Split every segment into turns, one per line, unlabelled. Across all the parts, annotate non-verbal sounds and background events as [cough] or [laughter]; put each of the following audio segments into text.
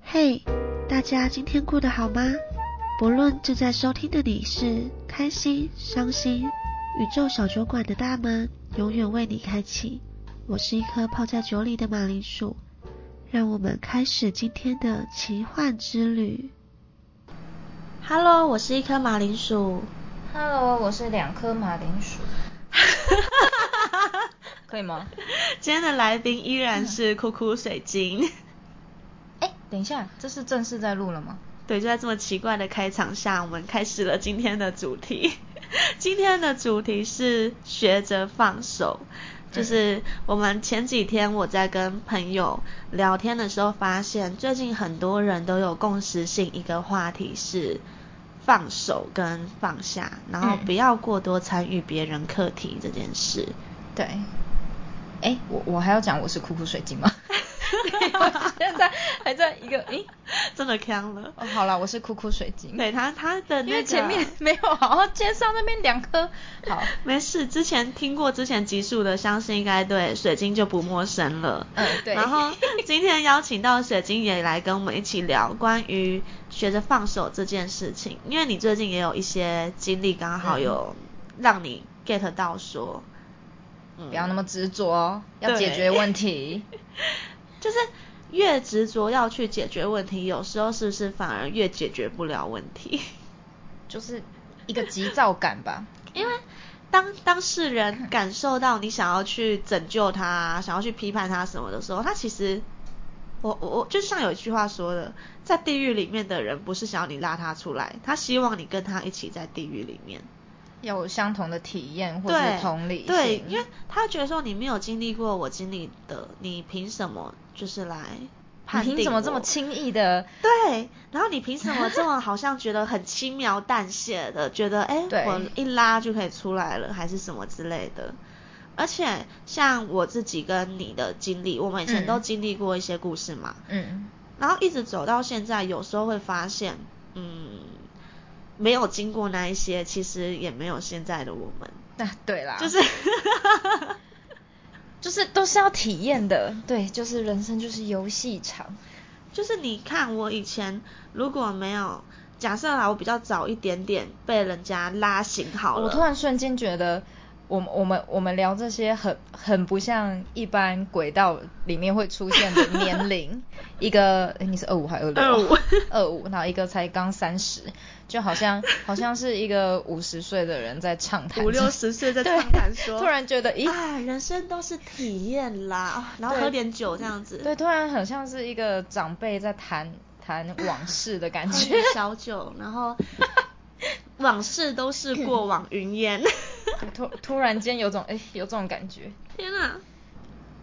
嘿，大家今天过得好吗？不论正在收听的你是开心、伤心，宇宙小酒馆的大门永远为你开启。我是一颗泡在酒里的马铃薯，让我们开始今天的奇幻之旅。Hello，我是一颗马铃薯。
Hello，我是两颗马铃
[laughs]
薯，可以吗？
今天的来宾依然是酷酷水晶。
哎，等一下，这是正式在录了吗？
对，就在这么奇怪的开场下，我们开始了今天的主题。 [laughs] 今天的主题是学着放手，就是我们前几天我在跟朋友聊天的时候，发现最近很多人都有共识性一个话题是放手跟放下，然后
嗯
不要过多参与别人课题这件事。
对。哎，我我还要讲我是酷酷水晶
[laughs]
吗？我现在还在一个诶，
[laughs] 真的坑了。
哦，好啦，我是酷酷水晶。
对他他的那个
因为
[laughs]
前面没有好好介绍那边两颗，好，
没事，之前听过之前集数的，相信应该对水晶就不陌生了。
嗯对
然后今天邀请到水晶也来跟我们一起聊关于学着放手这件事情，因为你最近也有一些经历，刚好有
嗯
让你 get 到说，嗯
不要那么执着，哦要
对
解决
[laughs]
问题。
就是越执着要去解决问题，有时候是不是反而越解决不了问题？
就是一个急躁感吧。
因为当当事人感受到你想要去拯救他，想要去批判他什么的时候，他其实，我我我就像有一句话说的，在地狱里面的人不是想要你拉他出来，他希望你跟他一起在地狱里面。
要有相同的体验或
对
是同理心，
对，因为他觉得说你没有经历过我经历的，你凭什么就是来判
你
定
凭什么这
我
么轻易 [laughs] 的？
对，然后你凭什么这么好像觉得很轻描淡写的，觉得哎，
对
我一拉就可以出来了，还是什么之类的？而且像我自己跟你的经历，我们以前
嗯
都经历过一些故事嘛，
嗯，
然后一直走到现在，有时候会发现，嗯，没有经过那一些，其实也没有现在的我们，
那、啊对啦，
就是
[laughs] 啊
[laughs]
就是都是要体验的，对，就是人生就是游戏场，
就是你看我以前如果没有假设啦，我比较早一点点被人家拉醒好了，
我突然瞬间觉得我们，我们我们聊这些很很不像一般轨道里面会出现的
[laughs]
年龄，一个诶你是二五还是二六？啊 [laughs] 二五，然后一个才刚三十，就好像好像是一个五十岁的人在畅谈这，
五
[laughs]
六十岁在
对
畅谈说，
突然觉得咦。
啊，人生都是体验啦，
[laughs]
啊然后
对
喝点酒这样子，
对，，突然很像是一个长辈在谈谈往事的感
喝
觉。
点小酒，然后往事都是过往云烟。 [laughs]
对 [laughs] 突突然间有种哎、有这种感觉。
天啊！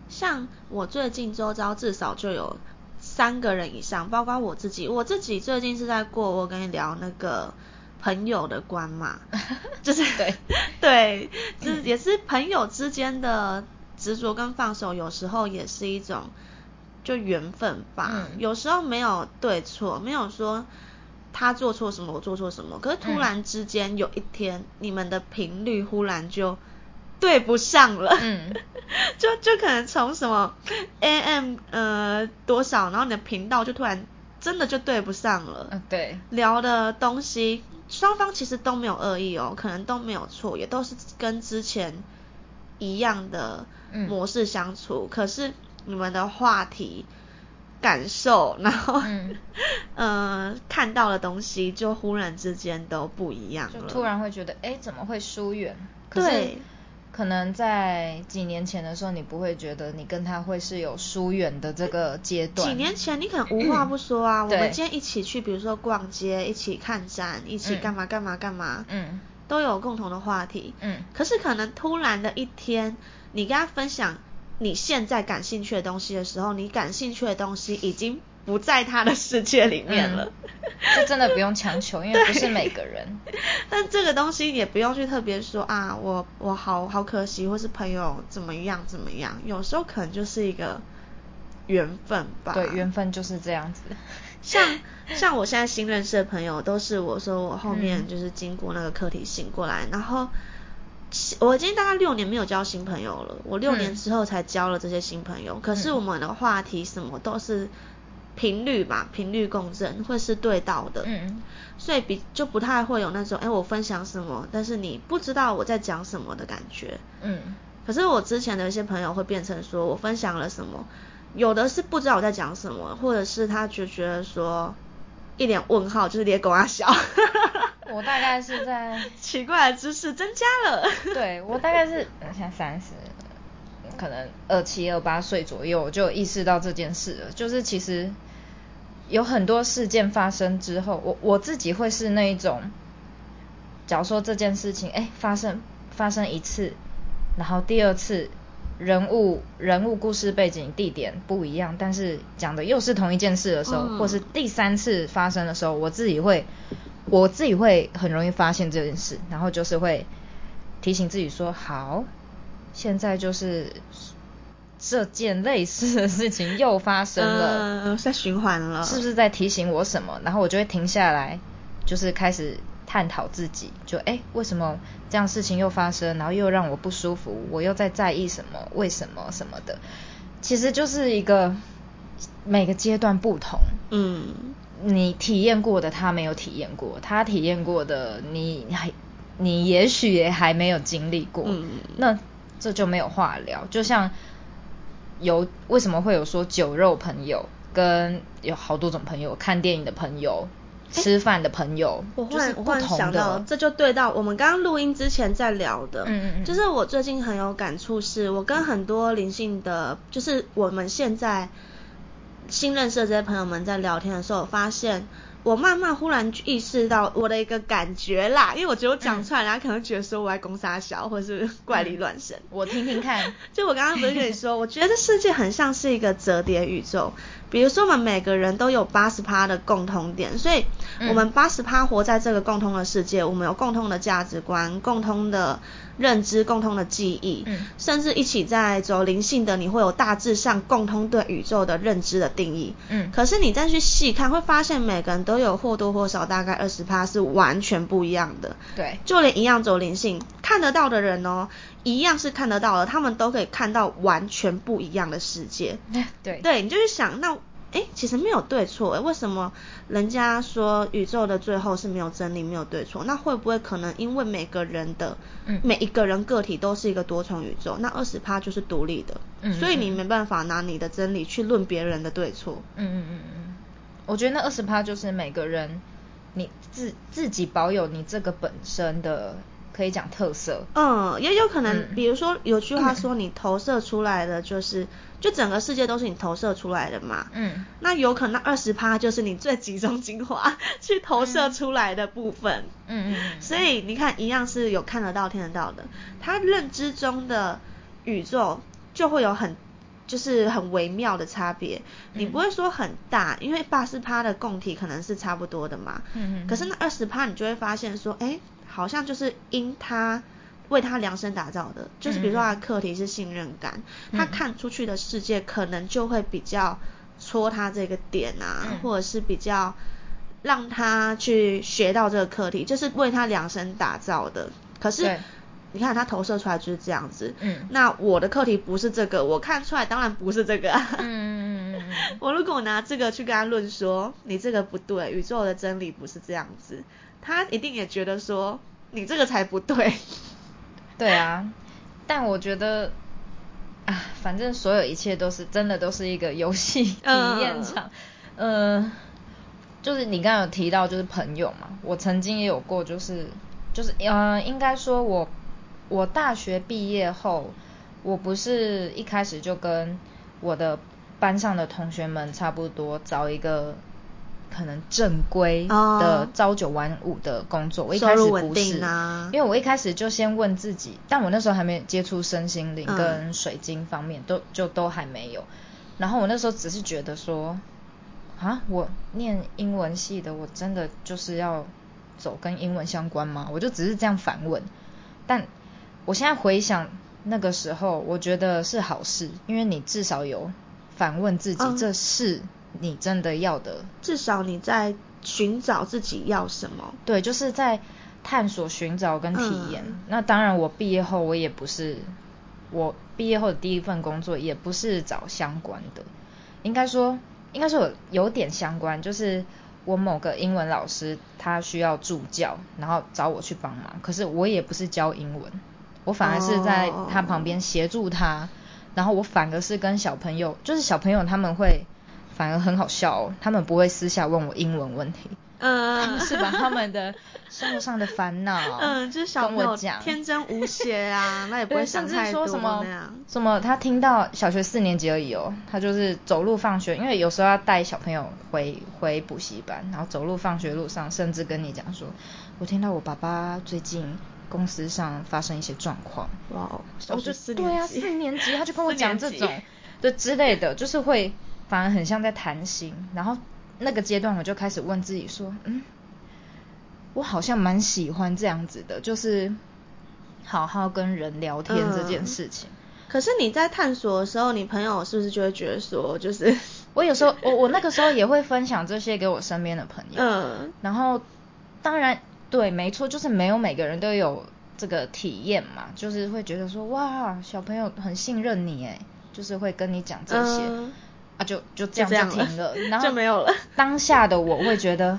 像我最近周遭至少就有三个人以上，包括我自己。我自己最近是在过我跟你聊那个朋友的关
[laughs]
嘛，就是
对
[laughs] 对，就是 [coughs] 也是朋友之间的执着跟放手，有时候也是一种就缘分吧。
嗯
有时候没有对错，没有说。他做错什么，我做错什么。可是
嗯
突然之间有一天，你们的频率忽然就对不上了，
嗯，
[laughs] 就就可能从什么 AM 呃多少，然后你的频道就突然真的就对不上了，
嗯，对，
聊的东西双方其实都没有恶意哦，可能都没有错，也都是跟之前一样的
嗯
模式相处，可是你们的话题。感受，然后，
嗯
[laughs] 呃，看到的东西就忽然之间都不一样
就
了，
突然会觉得哎、怎么会疏远？可是
对，
可能在几年前的时候，你不会觉得你跟他会是有疏远的这个阶段。
几年前你可能无话不说啊，我
对
们今天一起去，比如说逛街，一起看展，一起
嗯
干嘛干嘛干嘛，
嗯
都有共同的话题。
嗯
可是可能突然的一天，你跟他分享你现在感兴趣的东西的时候，你感兴趣的东西已经不在他的世界里面
嗯
了。
就真的不用强求，因为不是每个人。
[laughs] 但这个东西也不用去特别说啊，我我好好可惜，或是朋友怎么样怎么样，有时候可能就是一个缘分吧。
对，缘分就是这样子。
像像我现在新认识的朋友，都是我说我后面
嗯
就是经过那个课题醒过来，然后其我已经大概六年没有交新朋友了，我六年
嗯
之后才交了这些新朋友，可是我们的话题什么都是频率嘛，频率共振会是对到的。
嗯，
所以比就不太会有那种，哎，我分享什么，但是你不知道我在讲什么的感觉。
嗯，
可是我之前的一些朋友会变成说我分享了什么，有的是不知道我在讲什么，或者是他就觉得说一脸问号，就是脸狗啊小。
我大概是在
[laughs] 奇怪的知识增加了。
[laughs] 对我大概是呃现在三十，可能二七二八岁左右，我就有意识到这件事了。就是其实有很多事件发生之后，我我自己会是那一种，假如说这件事情哎发生发生一次，然后第二次人物人物故事背景地点不一样，但是讲的又是同一件事的时候，
嗯
或是第三次发生的时候，我自己会，我自己会很容易发现这件事，然后就是会提醒自己说，好，现在就是这件类似的事情又发生了，
嗯在循环了
是不是在提醒我什么？然后我就会停下来，就是开始探讨自己，就哎，诶为什么这样事情又发生，然后又让我不舒服，我又在在意什么，为什么什么的，其实就是一个每个阶段不同，
嗯，
你体验过的他没有体验过，他体验过的你还你也许也还没有经历过，
嗯
那这就没有话聊。就像有为什么会有说酒肉朋友跟有好多种朋友，看电影的朋友，吃饭的朋友，
我忽
就是
然我忽
不
然
同
想到，
的，
这就对到我们刚刚录音之前在聊的，
嗯嗯嗯
就是我最近很有感触是，我跟很多灵性的，就是我们现在新认识的这些朋友们在聊天的时候，我发现。我慢慢忽然意识到我的一个感觉啦，因为我觉得我
嗯
讲出来，大家可能觉得说我在攻杀小，或者是怪力乱神。
我听听看， [laughs]
就我刚刚不是跟你说，我觉得这世界很像是一个折叠宇宙。比如说，我们每个人都有八十趴的共同点，所以
嗯
我们八十趴活在这个共同的世界，我们有共同的价值观、共同的认知、共同的记忆，
嗯
甚至一起在走灵性的，你会有大致上共通对宇宙的认知的定义。
嗯
可是你再去细看，会发现每个人都有或多或少大概二十趴是完全不一样的。
对，
就连一样走灵性看得到的人哦，一样是看得到的，他们都可以看到完全不一样的世界。
[laughs] 对，
对，你就去想，那诶，其实没有对错，诶，为什么人家说宇宙的最后是没有真理、没有对错？那会不会可能因为每个人的、
嗯
每一个人个体都是一个多重宇宙，那二十趴就是独立的，
嗯
所以你
嗯嗯
没办法拿你的真理去论别人的对错。
嗯嗯嗯嗯，我觉得那二十趴就是每个人你自自己保有你这个本身的可以讲特色，
嗯，也有可能，
嗯
比如说有句话说，你投射出来的就是，就整个世界都是你投射出来的嘛。
嗯
那有可能二十趴就是你最集中精华去投射出来的部分。
嗯嗯嗯
所以你看，一样是有看得到、听得到的，他认知中的宇宙就会有很。就是很微妙的差别，你
嗯
不会说很大，因为八十趴的共体可能是差不多的嘛。
嗯嗯嗯
可是那二十趴，你就会发现说，哎，好像就是因他为他量身打造的，就是比如说他的课题是信任感，
嗯
他看出去的世界可能就会比较戳他这个点啊，
嗯
或者是比较让他去学到这个课题，就是为他量身打造的。可是
对
你看他投射出来就是这样子，
嗯
那我的课题不是这个，我看出来当然不是这个、啊，
嗯嗯嗯嗯嗯
我如果拿这个去跟他论说，你这个不对，宇宙的真理不是这样子，他一定也觉得说你这个才不
[laughs]
对。
对啊，但我觉得啊，反正所有一切都是真的都是一个游戏体
嗯
验场。嗯、就是你刚刚有提到就是朋友嘛，我曾经也有过、就是，就是呃，应该说我我大学毕业后，我不是一开始就跟我的班上的同学们差不多找一个。可能正规
哦
的朝九晚五的工作，我一
收
开
入
始
稳
不
定
是，
啊
因为我一开始就先问自己，但我那时候还没有接触身心灵
嗯
跟水晶方面，都就都还没有。然后我那时候只是觉得说，啊，我念英文系的，我真的就是要走跟英文相关吗？我就只是这样反问。但我现在回想那个时候，我觉得是好事，因为你至少有反问自己，
嗯
这是你真的要的
至少你在寻找自己要什么。
对，就是在探索、寻找跟体验。
嗯
那当然，我毕业后我也不是，我毕业后的第一份工作也不是找相关的，应该说应该是有有点相关，就是我某个英文老师他需要助教，然后找我去帮忙，可是我也不是教英文，我反而是在他旁边协助他，然后我反而是跟小朋友，就是小朋友他们会反而很好笑、哦，他们不会私下问我英文问题。
嗯
他们 [laughs] 是把他们的生活上的烦恼，
[laughs] 嗯，就是小
跟
朋友
我讲，
天真无邪啊，那也不
[laughs] 对，
会
甚
想
至
太多
说什么
那样。
什么，他听到小学四年级而已哦，他就是走路放学，因为有时候要带小朋友回回补习班，然后走路放学路上，甚至跟你讲说，我听到我爸爸最近公司上发生一些状况，
哇哦，
我
小
就
学四
对啊，
年级，
四年级他就跟我
四年
讲这
级
种，对之类的，就是会反而很像在谈心。然后那个阶段我就开始问自己说，嗯，我好像蛮喜欢这样子的，就是好好跟人聊天这件
嗯
事情。
可是你在探索的时候，你朋友是不是就会觉得说，
[laughs]
就是，
我有时候，我我那个时候也会分享这些给我身边的朋友。
嗯，
然后，当然，对，没错，就是没有每个人都有这个体验嘛，就是会觉得说，哇，小朋友很信任你，哎，就是会跟你讲这些，
嗯
啊，就就这
就
样
这样
就停了，
了
然后
就没有了
当下的我会觉得，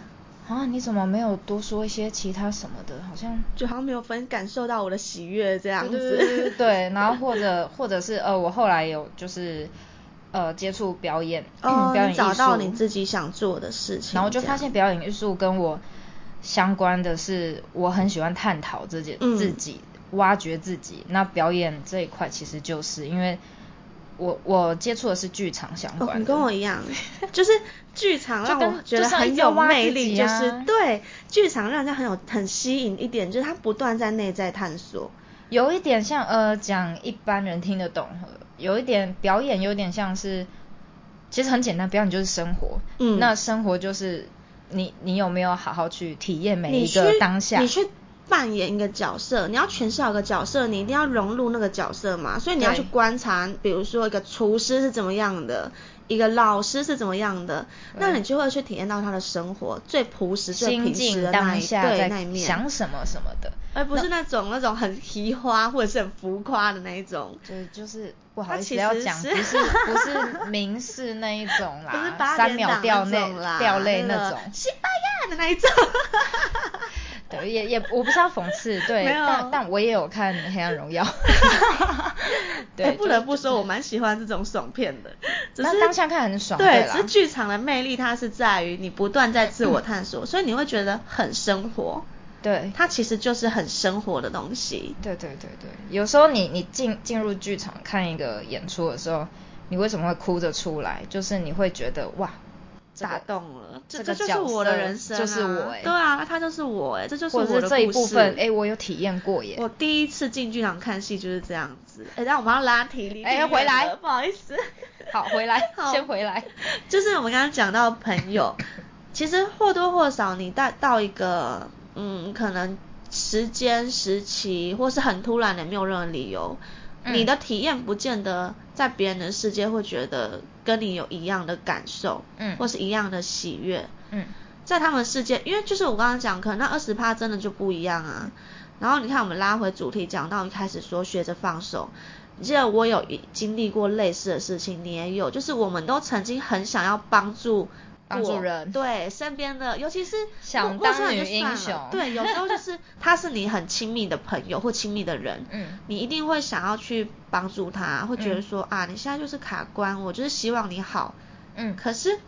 啊，你怎么没有多说一些其他什么的，好像
就好像没有分感受到我的喜悦这样子。
对对对对对，然后或者或者是呃，我后来有就是呃接触表演，嗯
哦，
表演
你
艺
找到
术
你自己想做的事情，
然后就发现
这样
表演艺术跟我相关的是，我很喜欢探讨自己、
嗯
自己，挖掘自己。那表演这一块其实就是因为我我接触的是剧场相关
哦，
的，
你跟我一
[laughs]
样，就是剧场
就
让
跟
我觉
就
得
是要一
很
直
有
挖
魅
自
力，
己
就是
啊
对剧场让人家很有很吸引一点，就是他不断在内在探索。
有一点像呃讲一般人听得懂，有一点表演有点像是，其实很简单，表演就是生活，
嗯
那生活就是你你有没有好好去体验每
你
一
去
个当下，
你去扮演一个角色，你要诠释好一个角色，你一定要融入那个角色嘛，所以你要
对
去观察，比如说一个厨师是怎么样的。一个老师是怎么样的，那
对
你就会去体验到他的生活最朴实、最
心
平实
境
的那
当
一
下
对那一
在
面，
想什么什么的，
而不是那种那种很奇花或者是很浮夸的那一种，
就是就是不
它
好意
其
思要
实
讲，
是
不是不是明示那一种
[laughs] 不是
啦，
八
三
点
秒
档
掉
那
泪
种啦，
掉泪
那
那
个
种，
西班牙的那一种。
[laughs] 对，也也我不是要讽刺，对，
没有，
但但我也有看《黑暗荣耀》对，
哎 [laughs] 不得不
就
说，我蛮喜欢这种爽片的，只
那
是
当下看很爽
对
对，啦
只是剧场的魅力，它是在于你不断在自我探索，所以你会觉得很生活。
对
它其实就是很生活的东西。
对对对对，有时候你你进进入剧场看一个演出的时候，你为什么会哭着出来？就是你会觉得哇，这个
打动了，这
这个
就是
角
我的
色
人生、啊，
就是我哎、
对啊，他就是我哎、这就是
或
我
者
的
是这一
故
部
事
分哎我有体验过耶
我第一次进剧场看戏就是这样子，哎、但我们要拉体力，
哎回来
不好意思，
[laughs] 好回来
[laughs] 好
先回来，
就是我们刚刚讲到朋友，其实或多或少你到到一个嗯，可能时间时期，或是很突然的，没有任何理由，
嗯
你的体验不见得在别人的世界会觉得跟你有一样的感受，
嗯
或是一样的喜悦，
嗯，
在他们世界，因为就是我刚刚讲，可能那二十趴真的就不一样啊。然后你看，我们拉回主题，讲到一开始说学着放手。你记得我有一经历过类似的事情，你也有，就是我们都曾经很想要帮助
帮助
我
人
对身边的，尤其是
想
陌陌生
当
人就
女英
算了
雄
对，有时候就是他是你很亲密的朋友或亲密的人，
嗯
你一定会想要去帮助他，会觉得
嗯
说、啊，你现在就是卡关，我就是希望你好，
嗯
可是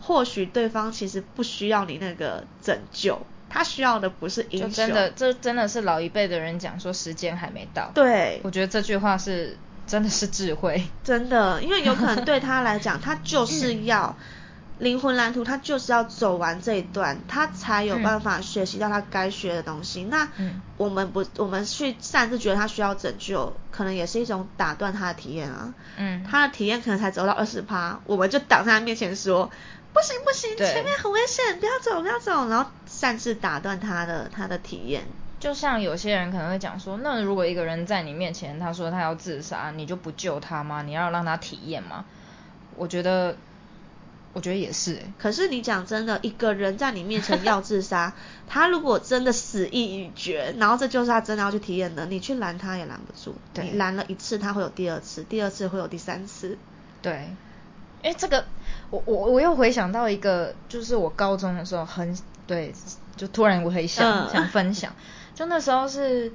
或许对方其实不需要你那个拯救，他需要的不是英
就
雄，
真的这真的是老一辈的人讲说时间还没到，，
对
我，觉得这句话是真的是智慧，
真的，因为有可能对他来讲，他就是要灵魂蓝图，他就是要走完这一段，他才有办法学习到他该学的东西。那
嗯
我们不，我们去擅自觉得他需要拯救，可能也是一种打断他的体验啊。
嗯
他的体验可能才走到二十趴，我们就挡在他面前说，不行不行，
对
前面很危险，不要走不要走，然后擅自打断他的他的体验。
就像有些人可能会讲说，那如果一个人在你面前，他说他要自杀，你就不救他吗？你要让他体验吗？我觉得，我觉得也是、欸，
可是你讲真的，一个人在你面前要自
[laughs]
杀，他如果真的死意已决，然后这就是他真的要去体验的，你去拦他也拦不住。
对
你拦了一次，他会有第二次，第二次会有第三次。
对，因为这个，我我我又回想到一个，就是我高中的时候很对，就突然我很想、
嗯
想分享，就那时候是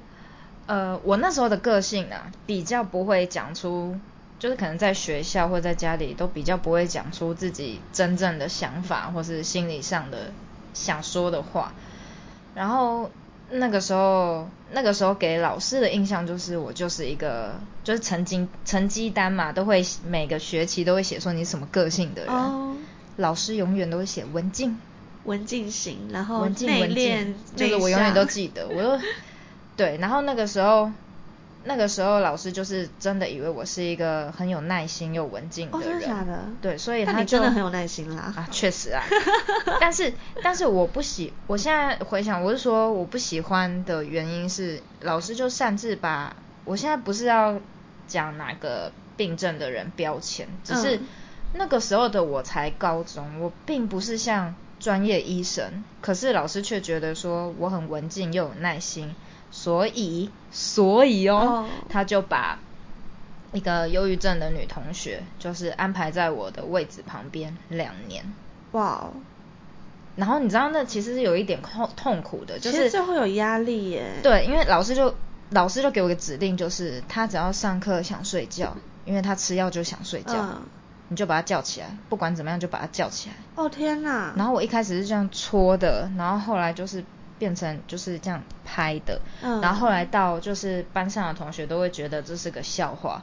呃，我那时候的个性啊，比较不会讲出，就是可能在学校或在家里都比较不会讲出自己真正的想法或是心理上的想说的话，然后那个时候，那个时候给老师的印象就是我就是一个，就是成绩成绩单嘛，都会每个学期都会写说你是什么个性的人。
哦
老师永远都会写文静，
文静型，然后
文静
内
文
敛
静，，就是
内
我永远都
向
记得，我都 [laughs] 对。然后那个时候，那个时候老师就是真的以为我是一个很有耐心又文静
哦，
人。
真的假的？
对，所以
那
他
你真的
就
很有耐心啦。
啊，确实啊，但是但是我不喜，我现在回想，我是说我不喜欢的原因是老师就擅自把，我现在不是要讲哪个病症的人标签，只是
嗯
那个时候的我才高中，我并不是像专业医生，可是老师却觉得说我很文静又有耐心，所以所以哦
哦，
他就把一个忧郁症的女同学，就是安排在我的位置旁边两年。
[laughs] 哇哦，
然后你知道那其实是有一点痛痛苦的，就
其实
是
这会有压力耶。
对，因为老师就老师就给我个指令，就是他只要上课想睡觉，因为他吃药就想睡觉，
嗯
你就把他叫起来，不管怎么样就把他叫起来。
哦天哪！
然后我一开始是这样搓的，然后后来就是变成就是这样拍的，
嗯
然后后来到就是班上的同学都会觉得这是个笑话，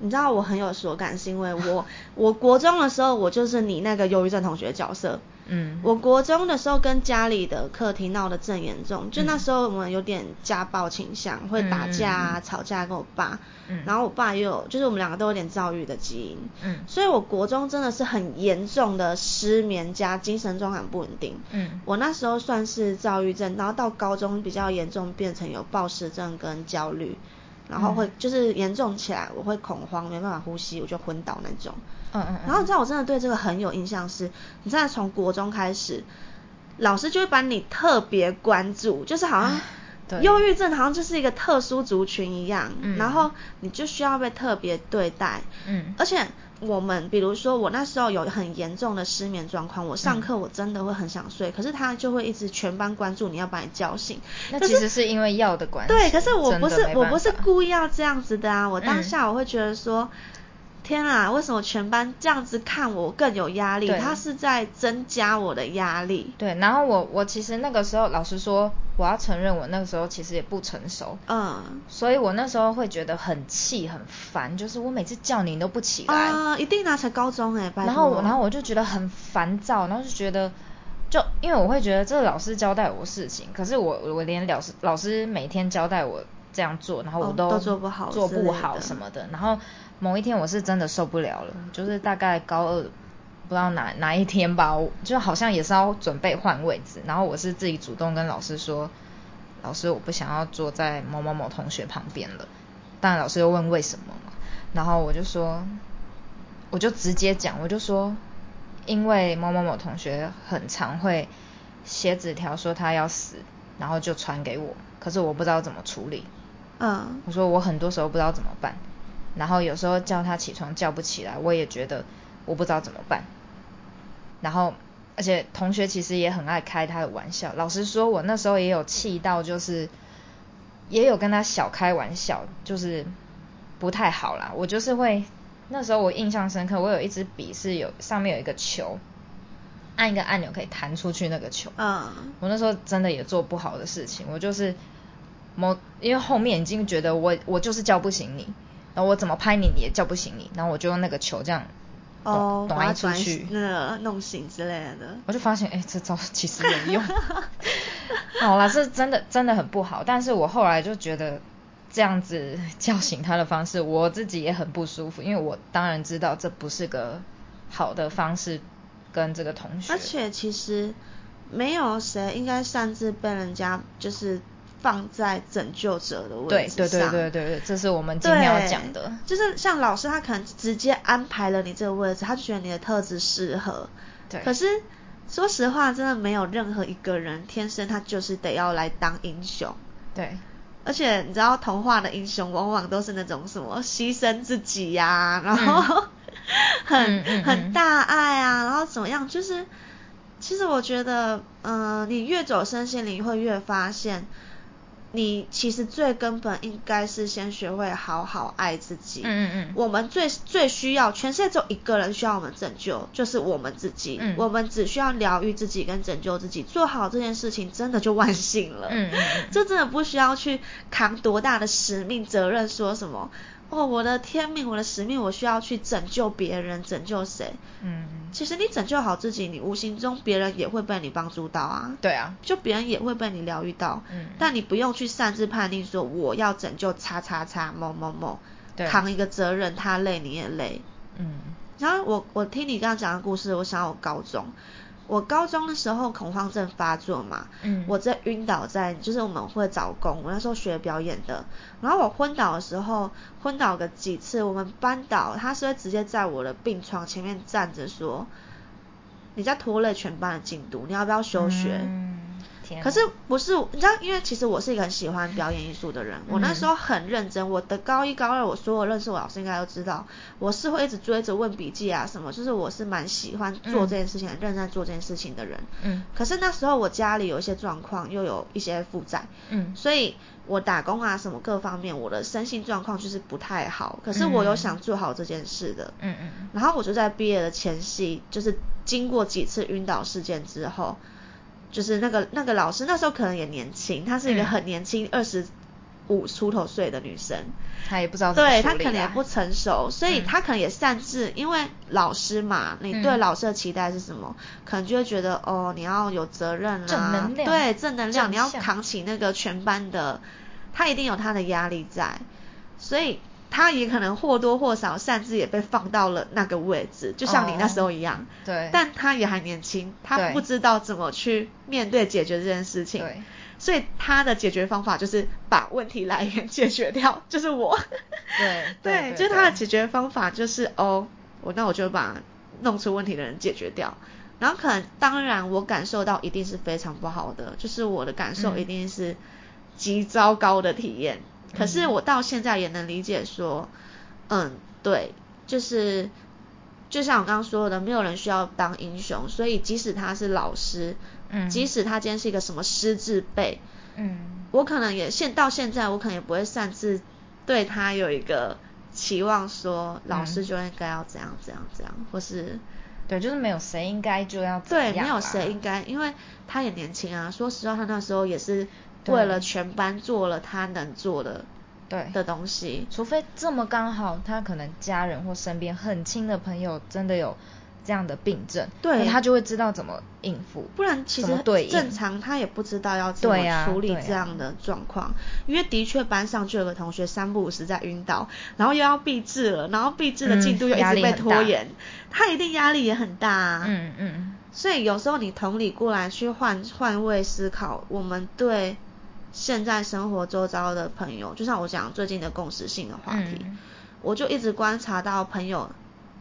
你知道我很有所感，是因为我 [laughs] 我国中的时候，我就是你那个忧郁症同学的角色。
嗯
我国中的时候跟家里的课题闹得正严重，就那时候我们有点家暴倾向，会打架、啊、
嗯
吵架跟我爸。
嗯
然后我爸又有，就是我们两个都有点躁郁的基因。
嗯
所以我国中真的是很严重的失眠加精神状态不稳定。
嗯
我那时候算是躁郁症，然后到高中比较严重，变成有暴食症跟焦虑，然后会、
嗯
就是严重起来，我会恐慌，没办法呼吸，我就昏倒那种。
嗯嗯，
然后你知道我真的对这个很有印象是，你知道从国中开始，老师就会把你特别关注，就是好像
对
忧郁症好像就是一个特殊族群一样，
嗯
然后你就需要被特别对待。
嗯
而且我们比如说我那时候有很严重的失眠状况，我
嗯
上课我真的会很想睡，可是他就会一直全班关注你要把你叫醒。
那
可
其实是因为药的关系
对，可是我
真
不
的
是
没
我
办
不是
法
故意要这样子的啊！我当
嗯
下我会觉得说，天啊，为什么全班这样子看我更有压力？
对
他是在增加我的压力。
对，然后我我其实那个时候，老实说，我要承认我那个时候其实也不成熟，
嗯，
所以我那时候会觉得很气很烦，就是我每次叫你你都不起来，
啊，一定拿才高中哎、拜
然后
托
我然后我就觉得很烦躁，然后就觉得就因为我会觉得这个老师交代我事情，可是我我连老师老师每天交代我这样做，然后我
哦
都、
都做不好
做
之
不
类
好
的
什么的，然后某一天我是真的受不了了，就是大概高二。不知道哪哪一天吧，我就好像也是要准备换位置，然后我是自己主动跟老师说，老师我不想要坐在某某某同学旁边了，但老师又问为什么嘛，然后我就说我就直接讲，我就说，因为某某某同学很常会写纸条说他要死，然后就传给我，可是我不知道怎么处理。
嗯
我说我很多时候不知道怎么办，然后有时候叫他起床叫不起来，我也觉得我不知道怎么办。然后，而且同学其实也很爱开他的玩笑。老实说，我那时候也有气到，就是也有跟他小开玩笑，就是不太好啦。我就是会那时候我印象深刻，我有一支笔是有上面有一个球，按一个按钮可以弹出去那个球。
嗯，
我那时候真的也做不好的事情，我就是某因为后面已经觉得我我就是叫不醒你，然后我怎么拍你你也叫不醒你，然后我就用那个球这样
哦，
短
把它
出
转
去，
那个弄醒之类的。
我就发现哎、这
[laughs]
招其实有 [laughs] 用。好啦，这真的真的很不好，但是我后来就觉得这样子叫醒他的方式，我自己也很不舒服，因为我当然知道这不是个好的方式跟这个同学，
而且其实没有谁应该擅自被人家就是放在拯救者的位
对
置
对对
上
对对对，这是我们今天要
对
讲的。
就是像老师他可能直接安排了你这个位置，他就觉得你的特质适合。
对
可是说实话，真的没有任何一个人天生他就是得要来当英雄。
对，
而且你知道，童话的英雄往往都是那种什么牺牲自己呀、然后、 [laughs]
嗯
很
嗯嗯嗯
很大爱啊，然后怎么样？就是其实我觉得，嗯、你越走身心灵，会越发现，你其实最根本应该是先学会好好爱自己。
嗯嗯嗯
我们最最需要，全世界只有一个人需要我们拯救，就是我们自己。
嗯
我们只需要疗愈自己跟拯救自己，做好这件事情，真的就万幸了。
嗯嗯
[laughs]
嗯
这真的不需要去扛多大的使命责任，说什么哦，我的天命，我的使命，我需要去拯救别人，拯救谁？
嗯，
其实你拯救好自己，你无形中别人也会被你帮助到啊。
对啊
就别人也会被你疗愈到。
嗯
但你不用去擅自判定说我要拯救叉叉叉某某某，
对
扛一个责任，他累你也累。
嗯
然后我我听你刚刚讲的故事，我想到我高中，我高中的时候恐慌症发作嘛，
嗯
我在晕倒在，就是我们会找工，我那时候学表演的，然后我昏倒的时候，昏倒个几次，我们班导他是会直接在我的病床前面站着说，你在拖累全班的进度，你要不要休学？
嗯天
可
哪
是不是你知道，因为其实我是一个很喜欢表演艺术的人，
嗯
我那时候很认真。我的高一、高二，我所有认识我老师应该都知道，我是会一直追着问笔记啊什么，就是我是蛮喜欢做这件事情、很认真在做这件事情的人。
嗯
可是那时候我家里有一些状况，又有一些负债，
嗯
所以我打工啊什么各方面，我的身心状况就是不太好。可是我有想做好这件事的，
嗯嗯
然后我就在毕业的前夕，就是经过几次晕倒事件之后，就是那个那个老师那时候可能也年轻，她是一个
嗯
很年轻，二十五出头岁的女生，
她也不知道怎么
对
处
她可
理
能也
啦
不成熟，所以
嗯
她可能也擅自，因为老师嘛，你对
嗯
老师的期待是什么？可能就会觉得哦，你要有责任啦，
正能量
对正能量，
正
你要
向
扛起那个全班的，她一定有她的压力在，所以她也可能或多或少擅自也被放到了那个位置，就像你那时候一样。
哦对
但她也还年轻，她
对
不知道怎么去面对解决这件事情。
对
所以他的解决方法就是把问题来源解决掉，就是我。 [laughs]
对对
对，
对
就是他的
对
解决方法就是哦，我那我就把弄出问题的人解决掉。然后可能当然我感受到一定是非常不好的，就是我的感受
嗯
一定是极糟糕的体验。
嗯
可是我到现在也能理解说，嗯，对，就是就像我刚刚说的，没有人需要当英雄，所以即使他是老师，
嗯
即使他今天是一个什么师字辈，
嗯
我可能也现到现在，我可能也不会擅自对他有一个期望说，老
嗯
师就应该要怎样怎样怎样，或是
对，就是没有谁应该就要怎
对，
样啊
没有
啦
谁应该，因为他也年轻啊。说实话，他那时候也是
对
为了全班做了他能做的
对
的东西，
除非这么刚好，他可能家人或身边很亲的朋友真的有这样的病症，
对
那他就会知道怎么应付，
不然其
怎么
实
对应
正常他也不知道要怎
对
么
啊
处理
对啊
这样的状况，因为的确班上就有个同学三不五时在晕倒，然后又要毕制了，然后毕制的
嗯
进度又一
压
直
力
被
很
拖
大
延，他一定压力也很大啊。
嗯嗯，
所以有时候你同理过来去换换位思考，我们对现在生活周遭的朋友，就像我讲最近的共识性的话题，
嗯
我就一直观察到朋友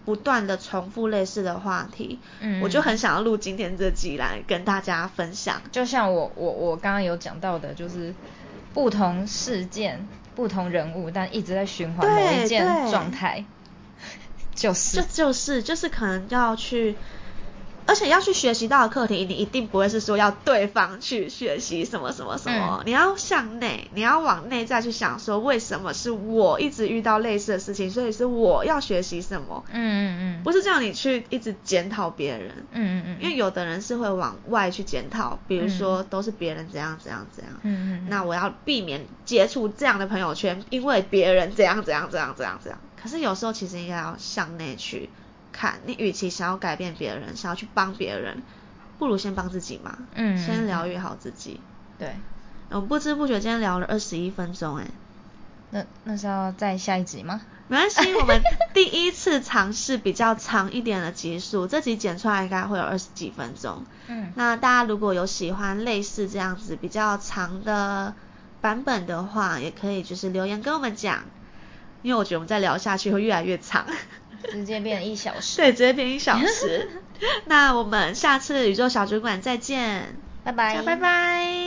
不断的重复类似的话题，
嗯
我就很想要录今天这集来跟大家分享。
就像我我我刚刚有讲到的，就是不同事件、不同人物，但一直在循环某
对
一件
对
状态， [laughs] 就是
就就是就是可能要去，而且要去学习到的课题，你一定不会是说要对方去学习什么什么什么，
嗯
你要向内，你要往内在去想说，为什么是我一直遇到类似的事情，所以是我要学习什么，
嗯嗯嗯，
不是叫你去一直检讨别人，
嗯嗯嗯
因为有的人是会往外去检讨，比如说
嗯
都是别人怎样怎样怎样，
嗯嗯嗯
那我要避免接触这样的朋友圈，因为别人怎样怎样怎样怎样怎样。可是有时候其实应该要向内去看，你与其想要改变别人，想要去帮别人，不如先帮自己嘛，
嗯
先疗愈好自己。
对，
我们不知不觉今天聊了二十一分钟、哎，
那那是要在下一集吗？
没关系，我们第一次尝试比较长一点的集数，这集剪出来应该会有二十几分钟。
嗯
那大家如果有喜欢类似这样子比较长的版本的话，也可以就是留言跟我们讲，因为我觉得我们再聊下去会越来越长。 [laughs]
直接变一小时，
对，直接变一小
[laughs]
时。那我们下次宇宙小主管再见，
拜拜
拜拜。